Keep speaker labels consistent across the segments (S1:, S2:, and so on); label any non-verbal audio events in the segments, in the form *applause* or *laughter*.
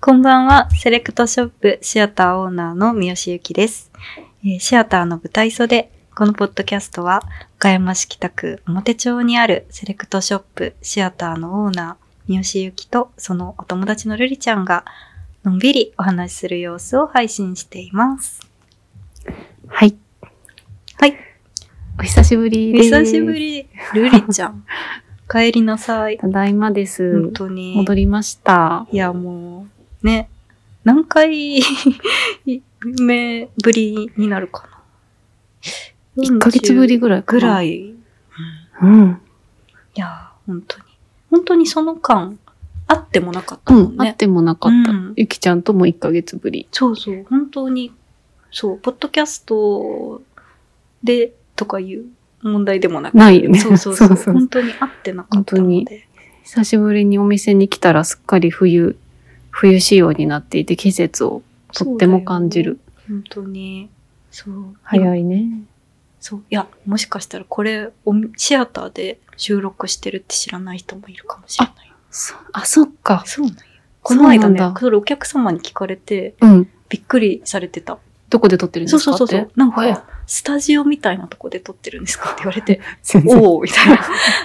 S1: こんばんは、セレクトショップシアターオーナーの三好ゆきです、えーシアターの舞台袖、このポッドキャストは、岡山市北区表町にあるセレクトショップシアターのオーナー、三好ゆきとそのお友達のルリちゃんが、のんびりお話しする様子を配信しています。
S2: はい。
S1: はい。
S2: お久しぶり
S1: お
S2: です。
S1: 久しぶ。り、ルリちゃん。お帰りなさい。
S2: ただいまです。
S1: 本当に。
S2: 戻りました。
S1: いや、もう、ね、何回目ぶりになるかな。
S2: 1ヶ月ぶりぐらいか
S1: ぐ
S2: な
S1: ら。い。い
S2: うん。
S1: や、本当に。本当にその間、あってもなかった
S2: う
S1: も
S2: ん
S1: ん、
S2: 会っ
S1: ね。
S2: てもなかった
S1: うん。
S2: ゆきちゃんとも1ヶ月ぶり。
S1: そうそう、本当に、そう、ポッドキャストでとかいう問題でもなく。
S2: ないよね。
S1: そうそうそう。
S2: そうそう
S1: 本当に会ってなかったの
S2: 本当
S1: で。
S2: 久しぶりにお店に来たらすっかり冬、冬仕様になっていて季節をとっても感じる。
S1: 本当に。そう。
S2: 早いね。
S1: そう。いや、もしかしたらこれ、おみシアターで収録してるって知らない人もいるかもしれない。
S2: そあ、そっか。
S1: そうなんや。この間
S2: そう
S1: ね
S2: なん、だ
S1: それお客様に聞かれて、
S2: うん。
S1: びっくりされてた。
S2: どこで撮ってるんで
S1: そう
S2: す
S1: そ
S2: か
S1: うそうそう。なん
S2: はい
S1: か、スタジオみたいなとこで撮ってるんですかって言われて、
S2: そうお
S1: おおみたいな。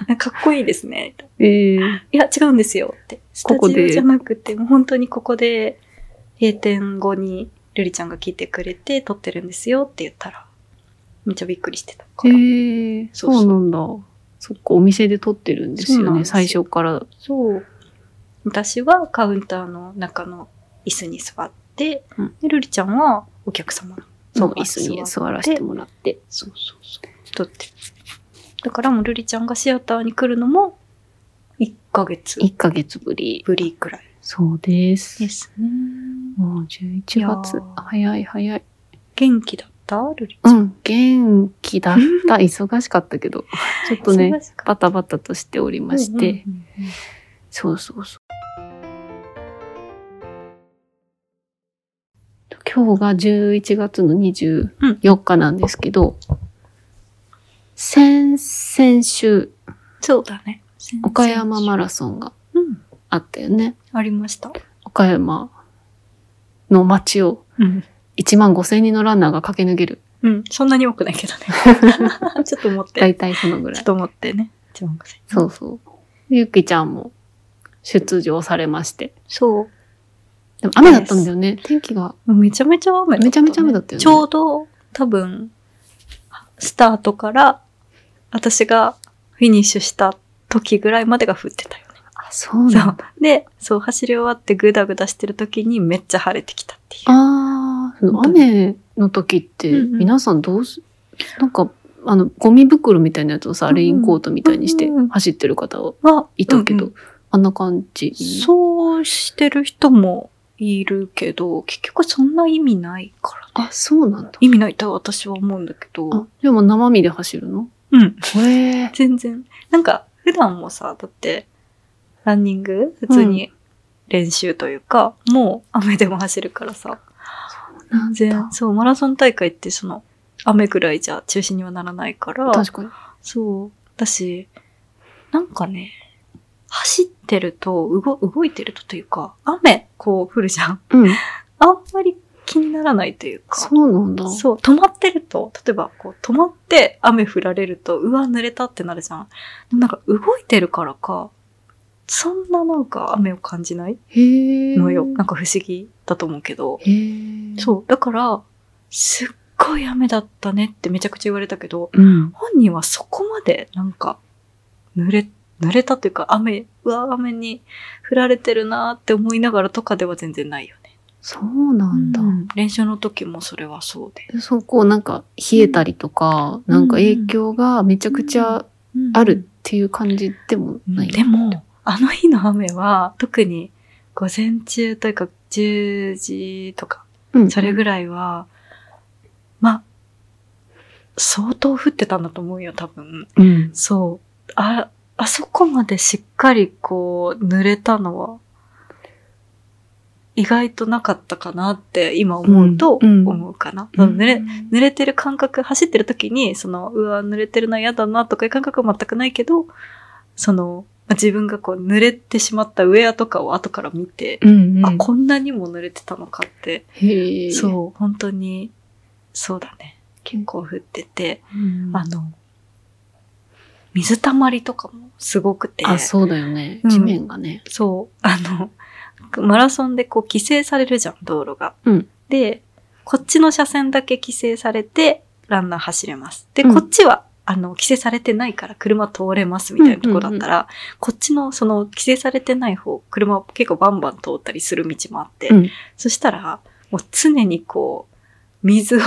S1: なんかかっこいいですね。
S2: *laughs* ええ
S1: いや、違うんですよって。スタ
S2: ここ
S1: ジオ
S2: で
S1: じゃなくて、もう本当にここで、閉店後に、ルリちゃんが聞いてくれて、撮ってるんですよって言ったら、めっちゃびっくりしてたから。
S2: へえ、
S1: そ
S2: そう
S1: そう
S2: うなんだ。そっか、お店で撮ってるんです
S1: そう
S2: よ
S1: なん
S2: ね、
S1: ですよ
S2: 最初から。
S1: そう。私はカウンターの中の椅子に座って、
S2: うん
S1: でルリちゃんはお客様の
S2: そ
S1: そうう、
S2: 椅子に
S1: 座
S2: 座らせてもらって。
S1: そうそうそう。撮ってる。だからもうルリちゃんがシアターに来るのも1ヶ月
S2: 1ヶ月ぶり。
S1: ぶりくらい
S2: そうです。
S1: ですね。
S2: もう11
S1: い
S2: 月
S1: や。ー
S2: 早い早い。
S1: 元気だったルリちゃ。
S2: うんん、元気
S1: *laughs*
S2: だった。忙しかったけど、ちょっとね、
S1: 忙しかっ
S2: バタバタとしており
S1: た
S2: まし
S1: う
S2: て。
S1: んうんうんうん
S2: そうそうそう。今日が11月の24日なんですけど、先々週、
S1: そうだね。先々
S2: 岡山マラソンが
S1: うん。
S2: あったよね。
S1: ありました。
S2: 岡山の街を
S1: うん。
S2: 1万5千人のランナーが駆け抜ける。
S1: うん。そんなに多くないけどね。 *laughs* ちょっと持って。
S2: 大体そのぐら
S1: ちょっ
S2: い。
S1: と思ってね。自分がね
S2: *laughs* そうそう。ゆきちゃんも出場されまして。
S1: そ
S2: でも雨だったんだよね。天気が。
S1: う。めちゃめちゃ雨だった、
S2: めちゃめちゃ雨だったよね
S1: ちょうど、多分、スタートから、私がフィニッシュした時ぐらいまでが降ってたよね。
S2: あ、そう
S1: そう。で、そう、走り終わってグダグダしてる時にめっちゃ晴れてきたっていう。
S2: ああ、
S1: 本当に
S2: 雨の時って、
S1: うんうん
S2: 皆さんどうす、なんか、あの、ゴミ袋みたいなやつを
S1: う
S2: さ、
S1: んうん
S2: レインコートみたいにして
S1: うんうん
S2: 走ってる方は
S1: まあ、
S2: いたけど、
S1: うん
S2: あんな感じ。
S1: うんそうしてる人もいるけど、結局そんな意味ないから。
S2: あ、そうなんだ。
S1: 意味ないと私は思うんだけ
S2: あ
S1: ど、、
S2: でも生身で走るの
S1: うん。
S2: へえ。
S1: 全然。なんか、普段もさ、だって、ランニング普通に練習というか、もう雨でも走るからさ。
S2: なん
S1: 全
S2: だ
S1: 然。。そう、マラソン大会ってその、雨ぐらいじゃ中止にはならないから、
S2: 確かに。
S1: そう。だし、なんかね、走ってると、うご動いてるとというか、雨、こう降るじゃん。
S2: うん。
S1: あんまり気にならないというか。
S2: そうなんだ。
S1: そう、止まってると、例えばこう止まって雨降られると、うわ、濡れたってなるじゃん。でもなんか動いてるからか、そんななんか雨を感じない
S2: へえ。
S1: のよ。なんか不思議だと思うけど。
S2: へえ。
S1: そう、だから、すっごい雨だったねってめちゃくちゃ言われたけど、
S2: う。うん。
S1: 本人はそこまでなんか、濡れ、濡れたというか雨、うわ、雨に降られてるなーって思いながらとかでは全然ないよね。
S2: そうなんだ。
S1: うん練習の時もそれはそうで。
S2: でそう、こう、なんか、冷えたりとか、
S1: うん
S2: なんか影響がめちゃくちゃあ
S1: うん
S2: るっていう感じでもない。
S1: でも、あの日の雨は、特に午前中というか、10時とか、
S2: うん、
S1: それぐらいは、ま、相当降ってたんだと思うよ、多分。
S2: うん、
S1: そう。あ、あそこまでしっかりこう、濡れたのは、意外となかったかなって今思うと
S2: うんうん
S1: 思うかな。その濡れ、濡れてる感覚、走ってる時に、その、うわ、濡れてるな、嫌だなとかいう感覚は全くないけど、その、自分がこう濡れてしまったウェアとかを後から見て、
S2: うんうん、
S1: あ、こんなにも濡れてたのかって、
S2: へえ。
S1: そう、本当に、そうだね。結構降ってて、
S2: うん。
S1: あの、水たまりとかもすごくて、
S2: あ、そうだよね。
S1: うん
S2: 地面がね。
S1: そう、あの、マラソンでこう規制されるじゃん、道路が。
S2: うん
S1: で、こっちの車線だけ規制されて、ランナー走れます。で、
S2: うん
S1: こっちは、あの、規制されてないから車通れますみたいなとこだったら、こっちのその規制されてない方、車を結構バンバン通ったりする道もあって、
S2: うん
S1: そしたら、もう常にこう、水を、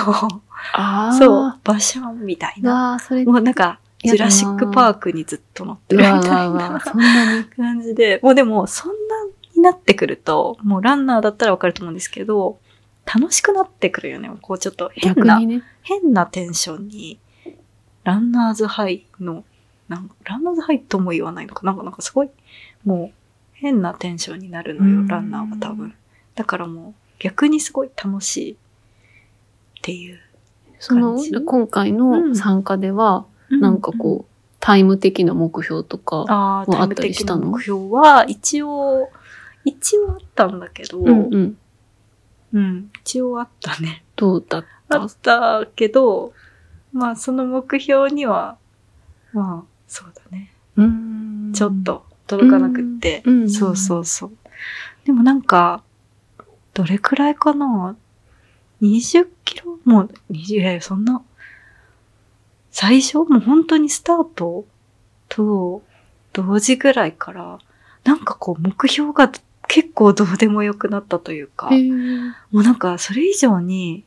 S2: ああ。
S1: そう、バシャンみたいな。
S2: わあ、それ。
S1: もうなんか、ジュラシックパー
S2: ク。
S1: クにずっと乗って
S2: う
S1: るみた
S2: わ
S1: いな。
S2: わわ。そんなに。
S1: 感じで、もうでも、そんなになってくると、もうランナーだったらわかると思うんですけど、楽しくなってくるよね。こうちょっと *laughs* 変
S2: 逆
S1: な、
S2: にね。
S1: 変なテンションに、ランナーズハイの、なんランナーズハイとも言わないのかなんか、なんかすごい、もう変なテンションになるの
S2: う
S1: よ
S2: ん、
S1: ランナーは多分。だからもう逆にすごい楽しいっていう。
S2: その
S1: 感じ、
S2: 今回
S1: う
S2: の
S1: ん
S2: 参加では、なんかこう、タイム的な目標とか。
S1: ああ、
S2: もうあ
S1: タイ
S2: っ
S1: ム
S2: たりし
S1: 的
S2: た
S1: な
S2: の
S1: 目標は、一応、一応あったんだけど、
S2: うんうん。
S1: うん、一応あったね。
S2: どうだっ
S1: *laughs* あ
S2: た
S1: ったけど、まあその目標には、まあそうだね。
S2: うん
S1: ちょっ。と届かなくって。
S2: うんうん
S1: そうそうそう。でもなんか、どれくらいかな ?20 キロもう20、いやいやそんな、最初もう本当にスタートと同時ぐらいから、なんかこう目標が結構どうでもよくなったというか。
S2: へえ。
S1: もうなんかそれ以上に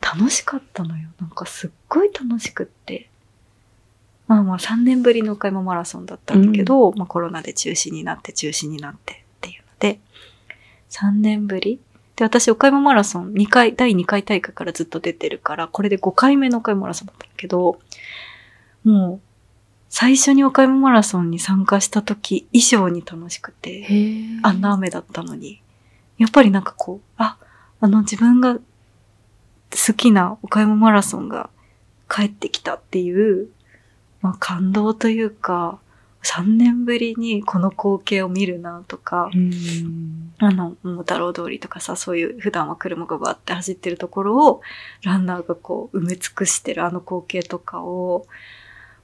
S1: 楽しかったのよ。なんかすっごい楽しくって。まあまあ3年ぶりの岡山マラソンだったんだけど、まあコロナで中止になって中止になってっていうので、3年ぶりで、私岡山マラソン2回、第2回大会からずっと出てるから、これで5回目の岡山マラソンだったんだけど、もう最初に岡山マラソンに参加した時以上に楽しくて。
S2: へえ。
S1: あんな。雨だったのに。やっぱりなんかこう、あ、あの自分が好きな岡山マラソンが帰ってきたっていう、まあ感動というか、3年ぶりにこの光景を見るなとか、
S2: うん。
S1: あの、桃太郎通りとかさ、そういう普段は車がバーって走ってるところを、ランナーがこう埋め尽くしてるあの光景とかを、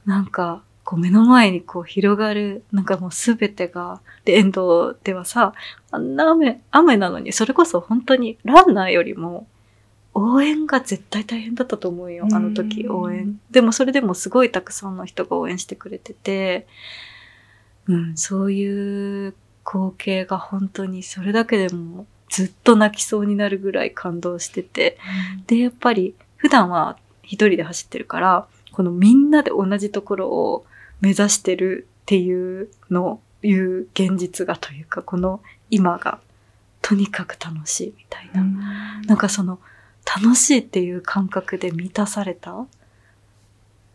S1: なんか、こう目の前にこう広がる、なんかもうすべてが、で、沿道ではさ、あんな雨、雨なのに、それこそ本当にランナーよりも、応援が絶対大変だったと思うよ、あの時
S2: うん
S1: 応援。でもそれでもすごいたくさんの人が応援してくれてて、うん、そういう光景が本当にそれだけでもずっと泣きそうになるぐらい感動してて、で、やっぱり普段は一人で走ってるから、このみんなで同じところを目指してるっていうの、いう現実がというか、この今がとにかく楽しいみたいな。なんかその楽しいっていう感覚で満たされた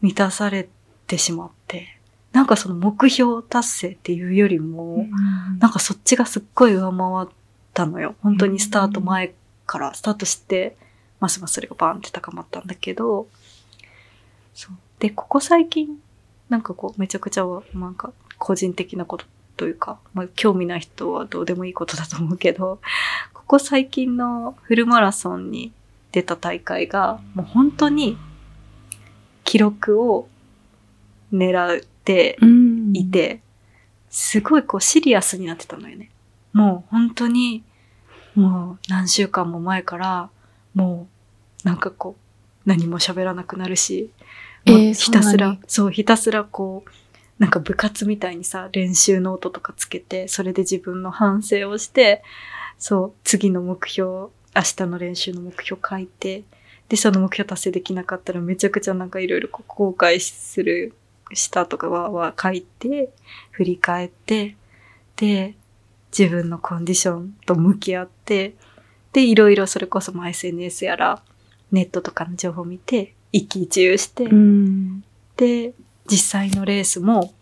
S1: 満たされてしまって、なんかその目標達成っていうよりも、なんかそっちがすっごい上回ったのよ。本当にスタート前から、スタートして、ますますそれがバーンって高まったんだけど、そう。で、ここ最近、なんかこう、めちゃくちゃは、なんか、個人的なことというか、まあ、興味ない人はどうでもいいことだと思うけど、ここ最近のフルマラソンに出た大会が、もう本当に、記録を狙って、
S2: うん。
S1: い。て、すごいこうシリアスになってたのよね。もう本当に、もう何週間も前から、もうなんかこう、何も喋らなくなるし、もう
S2: えー
S1: ひたす
S2: そん
S1: ら
S2: なに、
S1: そう、ひたすらこう、なんか部活みたいにさ、練習ノートとかつけて、それで自分の反省をして、そう、次の目標、明日の練習の目標書いて、で、その目標達成できなかったらめちゃくちゃなんかいろいろこう後悔する、したとかは、は書いて、振り返って、で、自分のコンディションと向き合って、で、いろいろそれこそまあ SNS やら、ネットとかの情報を見て、一喜一憂して、
S2: うん。
S1: で、実際のレースも、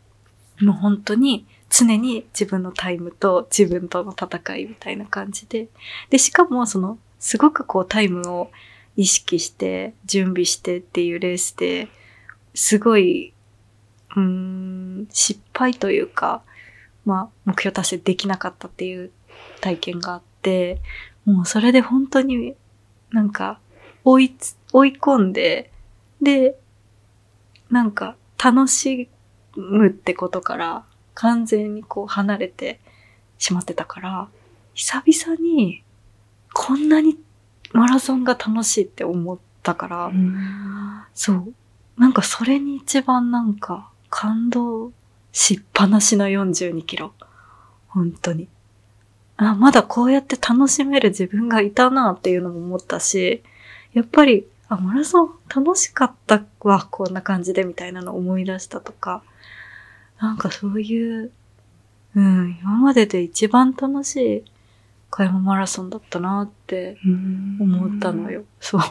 S1: もう本当に常に自分のタイムと自分との戦いみたいな感じで。で、しかもその、すごくこうタイムを意識して、準備してっていうレースで、すごい、うーん、失敗というか、まあ、目標達成できなかったっていう体験があって、もうそれで本当になんか追いつ、追い込んで、で、なんか楽しむってことから完全にこう離れてしまってたから、久々にこんなにマラソンが楽しいって思ったから、そう。なんかそれに一番なんか感動しっぱなしの42キロ。本当に。あ、まだこうやって楽しめる自分がいたなっていうのも思ったし、やっぱり、あ、マラソン楽しかったわ、こんな感じでみたいなのを思い出したとか、なんかそういう、うん、今までで一番楽しい買い物マラソンだったなって思ったの。よ。そう。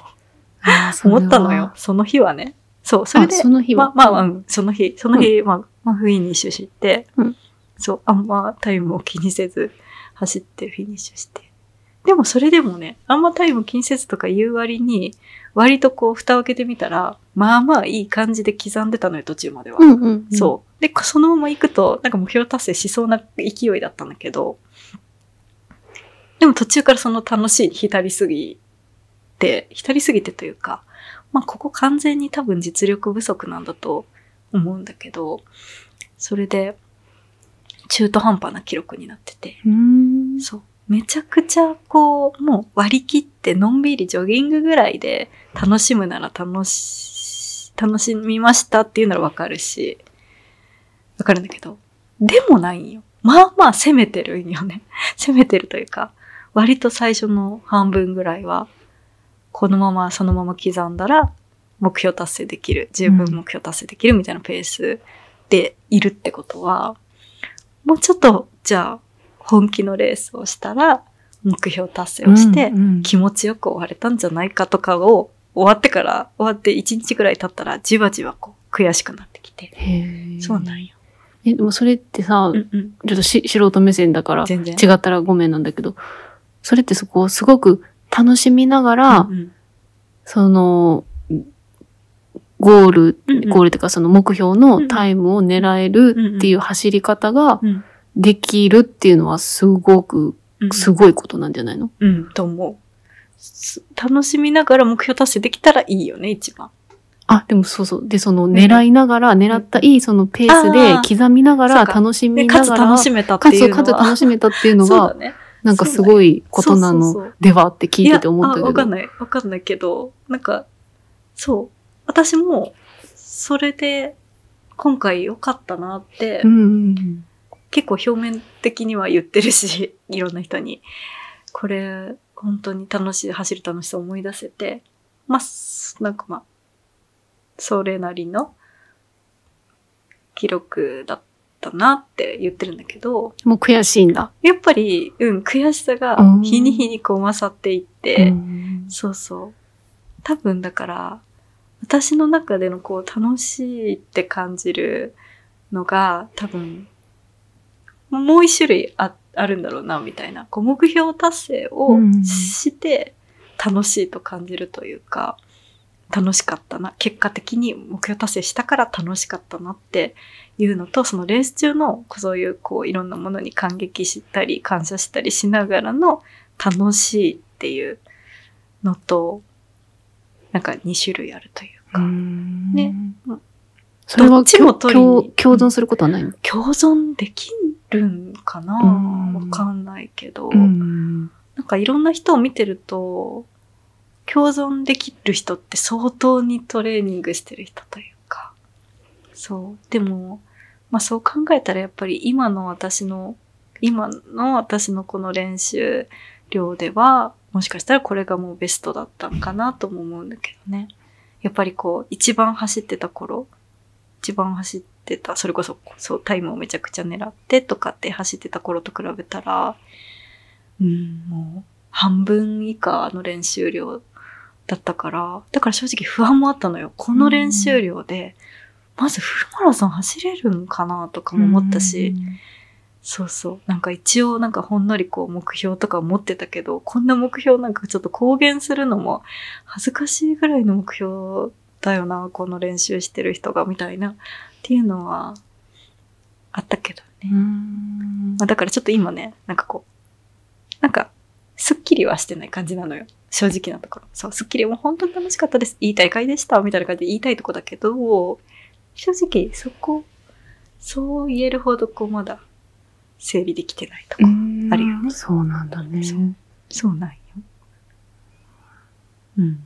S2: あーそれは
S1: 思ったのよ。その日はね。そう、それで
S2: あ、その日
S1: ま
S2: は
S1: あ。まあ、うん、その日、その日、まあ、まあ、フィニッシュして、
S2: うん
S1: そう、あんまタイムを気にせず走ってフィニッシュして。でもそれでもね、あんまタイム気にせずとか言う割に、割とこう、蓋を開けてみたら、まあまあいい感じで刻んでたのよ、途中までは。
S2: うんうんうん。
S1: そう。で、そのまま行くと、なんか目標達成しそうな勢いだったんだけど、でも途中からその楽しいに浸りすぎて、浸りすぎてというか、まあここ完全に多分実力不足なんだと思うんだけど、それで中途半端な記録になってて、
S2: うーん。
S1: そう。めちゃくちゃこう、もう割り切ってのんびりジョギングぐらいで楽しむなら楽し、楽しみましたっていうならわかるし、わかるんだけど、でもないんよ。まあまあ攻めてるんよね。 *laughs* 攻めてるというか、割と最初の半分ぐらいは、このままそのまま刻んだら目標達成できる、十分目標達成できるみたいなペースでいるってことは、もうちょっと、じゃあ、本気のレースをしたら、目標達成をして、
S2: うんうん
S1: 気持ちよく終われたんじゃないかとかを終わってから、終わって1日ぐらい経ったらじわじわこう悔しくなってきて。
S2: へー
S1: そうなんよ。
S2: え、でもそれってさ、
S1: うんうん。
S2: ちょっとし素人目線だから、違
S1: 全然。
S2: ったらごめんなんだけど、それってそこをすごく楽しみながら、
S1: うんうん
S2: その、ゴール、
S1: うんうん
S2: ゴールというかその目標のタイムを狙えるっていう走り方が
S1: うん
S2: できるっていうのはすごく、
S1: うん
S2: すごいことなんじゃないの
S1: うん、と思う。す楽しみながら目標達成できたらいいよね、一番。
S2: あ、でもそうそう。で、その狙いながら、狙ったいいそのペース
S1: あー
S2: で刻みなが
S1: そ
S2: ら、
S1: うか
S2: 楽しみ
S1: で、
S2: な
S1: かつ
S2: がら、
S1: 楽しめたっていうのは。
S2: かつ楽しめたっていうの
S1: そうだ
S2: が、
S1: ね。
S2: なんかすごいことな
S1: そうそうそう
S2: のではって聞いてて思った
S1: い
S2: け
S1: やあわかん
S2: ど。
S1: ない。わかんないけど、なんか、そう。私も、それで、今回良かったなって、
S2: うんうん
S1: 結構表面的には言ってるし、 *laughs* いろんな人に。これ、本当に楽しい、走る楽しさを思い出せて、まあ、すなんかまあ、それなりの記録だったなって言ってるんだけど、
S2: もう悔しいんだ。
S1: やっぱり、うん、悔しさが
S2: うん
S1: 日に日にこう勝っていって、
S2: うん
S1: そうそう。多分だから、私の中でのこう楽しいって感じるのが多分、もう一種類ああるんだろうな、みたいな。こう目標達成を
S2: うん
S1: して楽しいと感じるというか、楽しかったな。結果的に目標達成したから楽しかったなっていうのと、そのレース中のこうそういうこういろんなものに感激したり、感謝したりしながらの楽しいっていうのと、なんか2種類あるというか、ね
S2: ね
S1: うん。
S2: それ
S1: ど
S2: は
S1: っちも取りに
S2: 共共存することはないの、
S1: 共存できるんかな
S2: うん
S1: わかんないけど、
S2: うん、
S1: なんかいろんな人を見てると、共存できる人って相当にトレーニングしてる人というか。そう。でも、まあそう考えたらやっぱり今の私の、今の私のこの練習量では、もしかしたらこれがもうベストだったんかなとも思うんだけどね。やっぱりこう、一番走ってた頃、一番走ってた、それこそ、そう、タイムをめちゃくちゃ狙ってとかって走ってた頃と比べたら、うん、もう、半分以下の練習量だったから、だから正直不安もあったのよ。この練習量で、まずフルマラソン走れるんかなとかも思ったし、そうそう。なんか一応なんかほんのりこう目標とか持ってたけど、こんな目標なんかちょっと公言するのも恥ずかしいぐらいの目標だよな、この練習してる人がみたいなっていうのはあったけどね。
S2: うん
S1: まあ、だからちょっと今ね、なんかこう、なんか、すっきりはしてない感じなのよ。正直なところ。そう、すっきりもう本当に楽しかったです。いい大会でした。みたいな感じで言いたいとこだけど、正直そこ、そう言えるほどこうまだ整理できてないとこ。あるよね
S2: そうなんだね。
S1: そうそうなんよ。うん。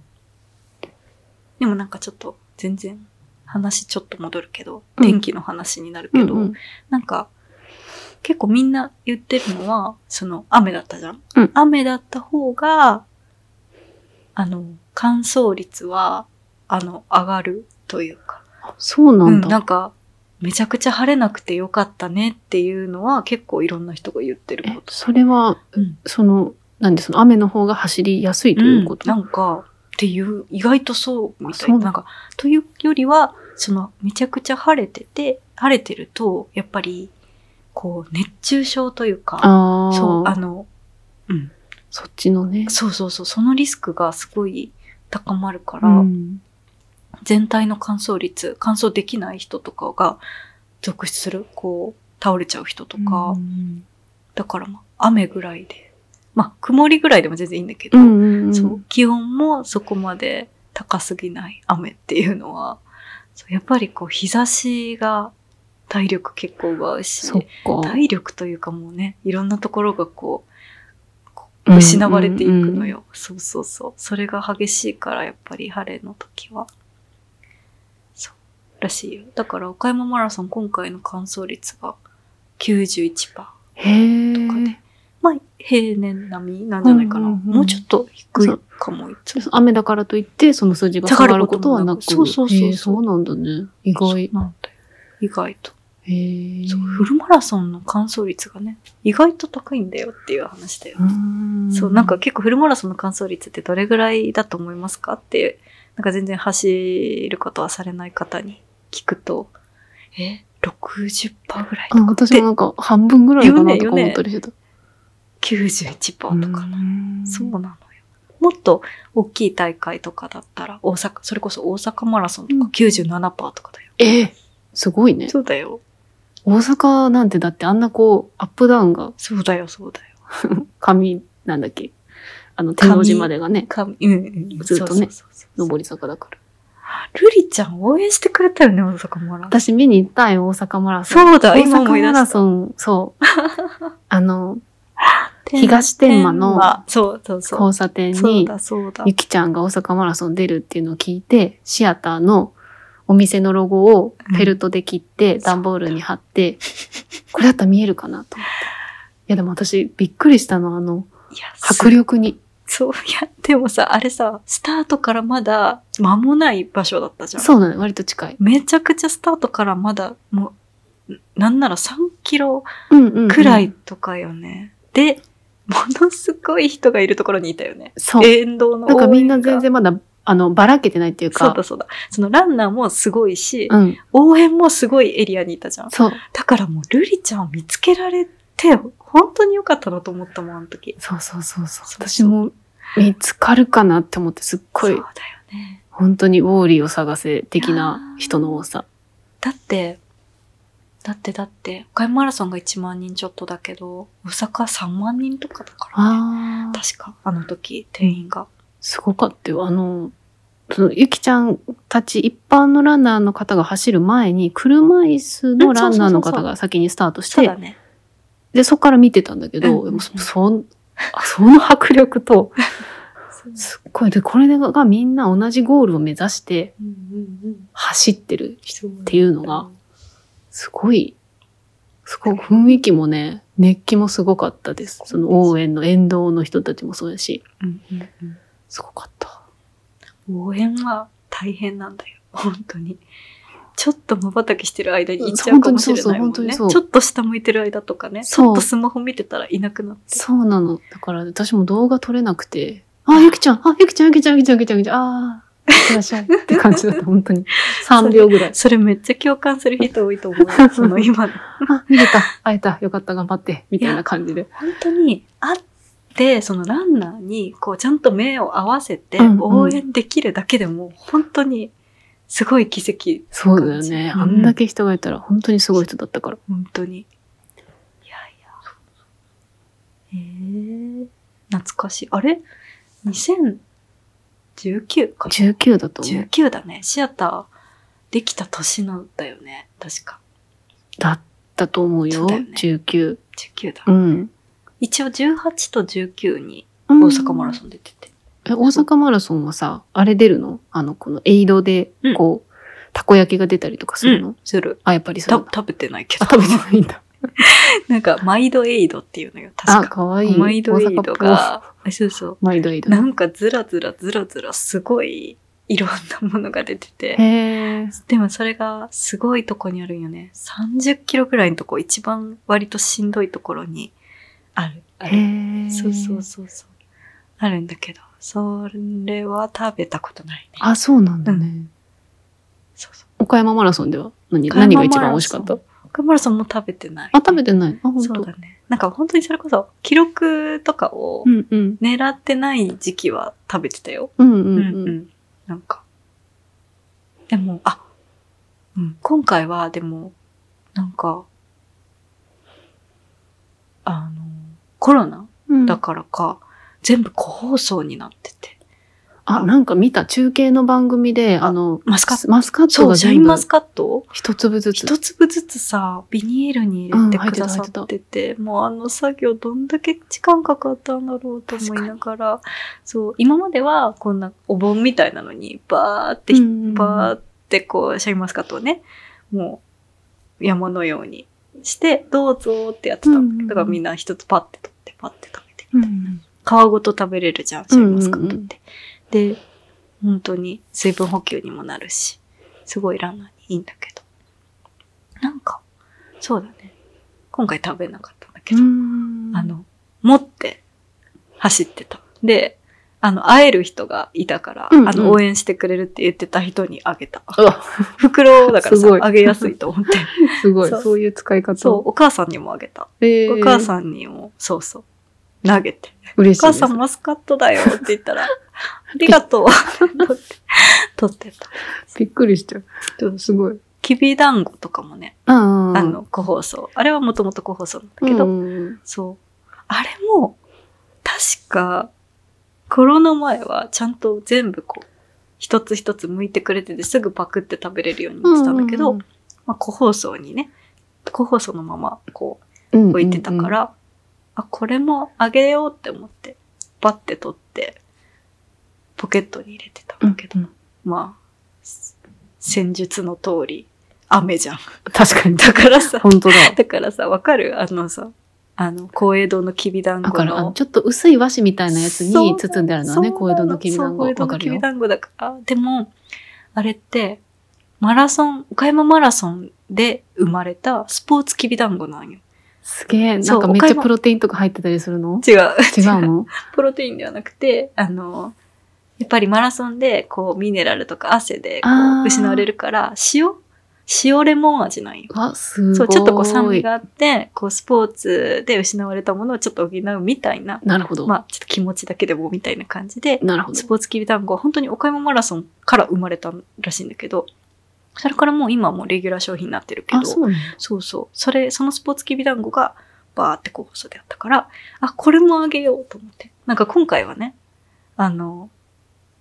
S1: でもなんかちょっと全然話ちょっと戻るけど、
S2: うん
S1: 天気の話になるけど、
S2: うんうん
S1: なんか結構みんな言ってるのは、その雨だったじゃん。
S2: うん
S1: 雨だった方が、あの、乾燥率は、あの、上がるというか。
S2: そうなん
S1: う
S2: だ。
S1: ん、なんか、めちゃくちゃ晴れなくてよかったねっていうのは結構いろんな人が言ってる
S2: え
S1: こ、と。
S2: それは、
S1: うん
S2: その、なんで、その雨の方が走りやすいということ、
S1: うんなんか、っていう、意外とそうみたい
S2: そ
S1: な。
S2: うなの
S1: なんか、というよりは、その、めちゃくちゃ晴れてて、晴れてると、やっぱり、こう、熱中症というか、
S2: ああ、
S1: そう、あの、うん。
S2: そっちのね。
S1: そうそうそう、そのリスクがすごい高まるから、
S2: うん
S1: 全体の乾燥率、乾燥できない人とかが続出する、こう、倒れちゃう人とか、
S2: うん
S1: だからまあ、雨ぐらいで、まあ、曇りぐらいでも全然いいんだけ
S2: う
S1: ど、
S2: んうんうん、
S1: そう、気温もそこまで高すぎない雨っていうのは、そうやっぱりこう日差しが体力結構奪うし
S2: そ、っか。
S1: 体力というかもうね、いろんなところがこう、こう失われていくのよ、
S2: うんうんう
S1: そうそうそう。それが激しいから、やっぱり晴れの時は。そう。らしいよ。だから、岡山マラソン今回の乾燥率が91%。
S2: へえ
S1: とか。ねまあ、平年並みなんじゃないかな。
S2: うんうんうん
S1: もうちょっと低いかも、いつも。
S2: 雨だからといって、その数字が下がることはなく。
S1: 下がることもなくそうそうそう
S2: へーそうなんだね。意外。
S1: なんだよ。意外と。
S2: へえ。
S1: そう、フルマラソンの完走率がね、意外と高いんだよっていう話だよ。
S2: うん
S1: そう、なんか結構フルマラソンの完走率ってどれぐらいだと思いますかっていう、なんか全然走ることはされない方に聞くと、え、60%ぐらい
S2: あ私もなんか半分ぐらいかな
S1: で
S2: と
S1: 言
S2: か
S1: うね
S2: 思ったりしてた。
S1: 91%とかな。
S2: うん
S1: そうなのよ。もっと大きい大会とかだったら、大阪、それこそ大阪マラソンと
S2: うん
S1: か97%とかだよ。
S2: えーすごいね。
S1: そうだよ。
S2: 大阪なんてだってあんなこう、アップダウンが
S1: そうだよ、そうだよ。
S2: 神なんだっけあの、天王寺までがね、
S1: かうんうんうん。
S2: ずっ
S1: そ
S2: とね
S1: うそうそうそう
S2: 上り坂だから。
S1: ルリちゃん応援してくれたよね、大阪マラソン。
S2: 私見に行ったよ、大阪マラソン。
S1: そうだ
S2: 大
S1: 今思い出し
S2: 阪
S1: た
S2: マラソン、そう。
S1: *laughs*
S2: あの、東天満の
S1: 天満そうそうそう。
S2: 交差点
S1: そう
S2: に、
S1: だ、そうだ
S2: ゆ。きちゃんが大阪マラソン出るっていうのを聞いて、シアターのお店のロゴをフェルトで切って、
S1: ん
S2: 段ボールに貼って、これだったら見えるかなと思って。いやでも私びっくりしたのはあの
S1: いや、
S2: 迫力に。
S1: そう、いや、でもさ、あれさ、スタートからまだ間もない場所だったじゃん。
S2: そうなの割と近い。
S1: めちゃくちゃスタートからまだ、もう、なんなら3キロ
S2: うんうんうん
S1: くらい。とかよね。で、ものすごい人がいるところにいたよね。
S2: そう。
S1: 沿道の応援
S2: なん
S1: が
S2: かみんな全然まだ、あの、ばらけてないっていうか。
S1: そうだそうだ。そのランナーもすごいし、
S2: うん。
S1: 応援もすごいエリアにいたじゃん。
S2: そう。
S1: だからもうルリちゃんを見つけられて、本当に良かったなと思ったもん、あの時。
S2: そうそうそうそ
S1: そ
S2: う。
S1: うそう
S2: 私も見つかるかなって思って、すっご
S1: そう
S2: い
S1: だよ、ね。
S2: 本当にウォーリーを探せ的な人の多さ。
S1: だって、だってだって、岡山マラソンが1万人ちょっとだけど、大阪3万人とかだからね。
S2: ああ。
S1: 確か、あの時、店員が。
S2: すごかったよ。あの、その、ゆきちゃんたち一般のランナーの方が走る前に、車椅子のランナーの方が先にスタートし
S1: そうだ
S2: て、
S1: ね。
S2: で、そこから見てたんだけど、
S1: うん
S2: でもそそんあその迫力と、
S1: そう
S2: すっごい。で、これがみんな同じゴールを目指して
S1: うんうんうん。
S2: 走ってる
S1: っ
S2: っていうのが、すごい、すごい雰囲気もね、熱気もすごかったです。その応援の沿道の人たちもそうだし、
S1: うんうんうん
S2: すごかった。
S1: 応援は大変なんだよ。本当に。ちょっと瞬きしてる間に行っちゃ
S2: う
S1: うんかもしれないも
S2: 本
S1: ん
S2: 当に
S1: ね。
S2: そう
S1: ち
S2: そ
S1: ょ
S2: う本当にそう
S1: っと下向いてる間とかね。ち
S2: そう
S1: ょっとスマホ見てたらいなくなって。
S2: そうなの。だから私も動画撮れなくて、あ、ゆきちゃん、あ、ゆきちゃん、ゆきちゃん、ゆきちゃん、ゆきちゃん、ゆきちゃん、あー、いってらっし *laughs* ゃいって感じだった、本当に。3秒ぐらい。
S1: それめっちゃ共感する人多いと思
S2: *laughs*
S1: う。その今の。
S2: あ、見れた、会えた、よかった、頑張って、みたいな感じで。
S1: 本当に会って、そのランナーにこうちゃんと目を合わせて
S2: うんうん
S1: 応援できるだけでも本当にすごい奇跡。
S2: そうだよね。
S1: うん
S2: あんだけ人がいたら、本当にすごい人だったから。
S1: 本当に。へえ、懐かしい。あれ ?2019 か。
S2: 19だと思う。
S1: 19だね。シアターできた年のだよね。確か。
S2: だったと思う
S1: そ
S2: よ。
S1: うだよね
S2: 19。
S1: 19だ。
S2: うん。
S1: 一応18と19に
S2: 大
S1: 大阪マラソン出てて。
S2: え大阪マラソンはさ、あれ出るのあの、このエイドで、こう、たこ焼きが出たりとかするの、
S1: する。
S2: あ、やっぱりそう
S1: た
S2: なんだ。
S1: 食べてないけ
S2: あ、
S1: ど。
S2: 食べてないんだ。
S1: *laughs* なんか、マイドエイドっていうのが
S2: あ、
S1: 確か。
S2: かわいい。
S1: マイドエイ
S2: 大
S1: ド
S2: 阪っぽい。
S1: が、あそうそう。
S2: マイドエイド。
S1: なんかずらずらずらずらすごいいろんなものが出てて。
S2: へー
S1: でもそれがすごいとこにあるんよね。30キロくらいのとこ、一番割としんどいところにある。ある
S2: へえ。
S1: そうそうそうそう。あるんだけど、それは食べたことないね。
S2: あ、そうなんだね。
S1: うそうそう。
S2: 岡山マラソンでは何
S1: 岡山
S2: 何が一番美味しかった
S1: マラ岡村さんも食べてない。
S2: あ、食べてない。あ、本
S1: そう
S2: 当
S1: だ。ね。なんか本当にそれこそ、記録とかを
S2: うんうん。
S1: 狙ってない時期は食べてたよ。
S2: うんう
S1: うん
S2: うん。
S1: ん。なんか。でも、あ、うん、今回はでも、なんか、あの、コロナ
S2: うん
S1: だからか、全部個包装になってて。
S2: あ、なんか見た中継の番組で、あの、
S1: マスカット。
S2: マスカット
S1: そう、
S2: が
S1: シャイ
S2: 全
S1: ン
S2: 部
S1: マスカットを
S2: 一粒ずつ。
S1: 一粒ずつさ、ビニールに入れてくださ
S2: うん入
S1: っ
S2: って
S1: てて、もうあの作業どんだけ時間かかったんだろうと思いながら、そう、今まではこんなお盆みたいなのにバーって
S2: う
S1: 引っ
S2: ん
S1: バーってこう、シャインマスカットをね、もう山のようにして、どうぞってやってたわけ
S2: うんうんうん
S1: だからみんな一つパッて取って、パッて食べて。
S2: うん
S1: 皮ごと食べれるじゃん、シャインマスカットって。で、本当に水分補給にもなるし、すごいランナーにいいんだけど。なんか、そうだね。今回食べなかったんだけど、
S2: うん
S1: あ、の、持って走ってた。で、あの、会える人がいたから、
S2: うんうん
S1: あの、応援してくれるって言ってた人にあげた。
S2: うわ
S1: 袋だから
S2: すごい
S1: さ、あげやすいと思
S2: *laughs*
S1: って。
S2: すごい。
S1: そう
S2: そういう使い方。
S1: そう、お母さんにもあげた。
S2: う。え
S1: お母さんにも、そうそう、投げて。
S2: 嬉
S1: お
S2: しい
S1: 母
S2: です。
S1: さんマスカットだよって言った
S2: *laughs*
S1: ら、ありがとう。取って、取ってた。
S2: びっくりしたよ。すごい。
S1: きびだんごとかもね、
S2: あ
S1: あの、個包装。あれはもともと個包装なんだけど、
S2: うん
S1: そう。あれも、確か、コロナ前はちゃんと全部こう、一つ一つ剥いてくれてて、すぐパクって食べれるようにしてたんだけど、
S2: うん
S1: まあ、個包装にね、個包装のまま、こう、
S2: うんうん
S1: 置いてたから、。あ、これもあげようって思って、バッて取って、ポケットに入れてたんだけど、
S2: うんうん
S1: まあ、す戦術の通り、雨じゃん。
S2: 確かに。
S1: だからさ、
S2: 本当だ。
S1: だからさ、わかるあのさ、あの、公営堂のきびだん
S2: だ
S1: ご
S2: から、あの
S1: の。
S2: ちょっと薄い和紙みたいなやつ
S1: そう
S2: に包んであるのはね、小江戸のきびだんご。
S1: そう小江戸
S2: わ
S1: の
S2: か
S1: き
S2: るよ
S1: び。だんごだから。でも、あれって、マラソン、岡山マラソンで生まれたスポーツきびだんごなんよ。
S2: すげえ。な
S1: そ
S2: ん
S1: う
S2: かめ
S1: お
S2: っち
S1: 買い
S2: ゃ
S1: 物
S2: プロテインとか入ってたりするの
S1: 違う。
S2: 違うの
S1: プロテインではなくて、あの、やっぱりマラソンで、こう、ミネラルとか汗で、こ
S2: あ
S1: う、
S2: ー
S1: 失われるから、塩塩レモン味なんよ。
S2: あ、すごい。
S1: そう、ちょっとこう、酸味があって、こう、スポーツで失われたものをちょっと補うみたいな、
S2: なるほど。
S1: まあ、ちょっと気持ちだけでもみたいな感じで、
S2: なるほど
S1: ス。ポーツきびだんごは本当に岡山マラソンから生まれたらしいんだけど、それからもう今はもうレギュラー商品になってるけど、
S2: あ、そうね。
S1: そうそう。それ、そのスポーツきびだんごが、バーって候補者であったから、あ、これもあげようと思って。なんか今回はね、あの、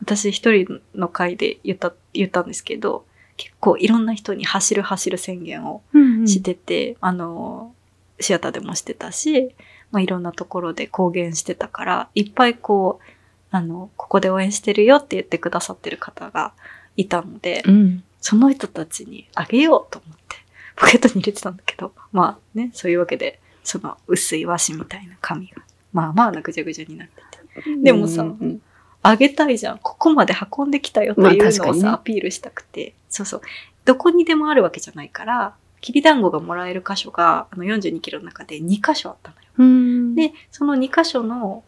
S1: 私一人の回で言った、言ったんですけど、結構いろんな人に走る走る宣言を
S2: うんうん
S1: してて、あの、シアターでもしてたし、まあ、いろんなところで公言してたから、いっぱいこう、あの、ここで応援してるよって言ってくださってる方がいたので、
S2: うん。
S1: その人たちにあげようと思って、ポケットに入れてたんだけど、まあね、そういうわけで、その薄い和紙みたいな紙が、まあまあなぐじゃぐじゃになってて、でもさ
S2: うんうん
S1: あげたいじゃん、ここまで運んできたよと
S2: まあ
S1: いうのを
S2: 確
S1: さ、
S2: かにね
S1: アピールしたくて、そうそう、どこにでもあるわけじゃないから、きびだんごがもらえる箇所が、あの42キロの中で2箇所あったのよ。
S2: うん。
S1: で、その2箇所の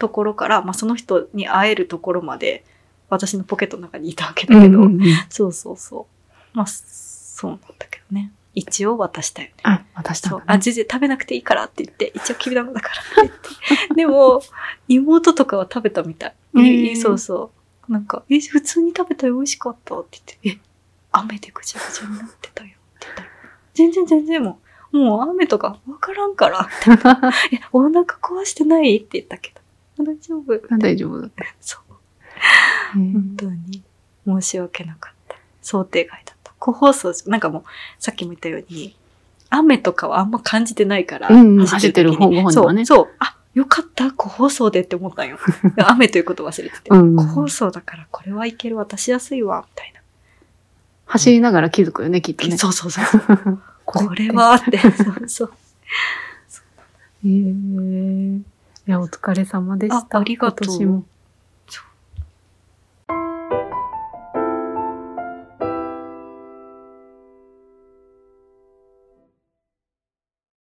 S1: ところから、まあその人に会えるところまで、私のポケットの中にいたわけだけど、
S2: うんうんうん
S1: そうそうそう。まあ、そうなんだけどね。一応渡したよね。
S2: あ、渡した
S1: そ
S2: ん
S1: う
S2: だ。。
S1: あ、全然食べなくていいからって言って、一応きびだんごだからって言って。でも、妹とかは食べたみたい。
S2: へー
S1: いいそうそう。なんか、え、普通に食べたよ、美味しかったって言って、え、雨でぐちゃぐちゃになってたよって言ったら、全然全然もう、もう雨とかわからんから、え、お腹壊してないって言ったけど、大丈夫。
S2: 大丈夫だった。
S1: そう。
S2: う
S1: 本
S2: ん
S1: 当に申し訳なかった。想定外だった。個放送、なんかもう、さっきも言ったように、雨とかはあんま感じてないから、
S2: うんうん走ってる
S1: 時に
S2: 方ご本人はね
S1: そう、そう。あ、よかった、個放送でって思ったん
S2: *laughs*
S1: よ。雨ということ忘れてて。
S2: うん
S1: 個放送だからこれはいける、渡しやすいわ、みたいな。
S2: 走りながら気づくよね、きっとね。
S1: そうそうそう。
S2: *laughs*
S1: これはって、そうそう。
S2: えーいや、お疲れ様でした。
S1: あありがとう
S2: 今年も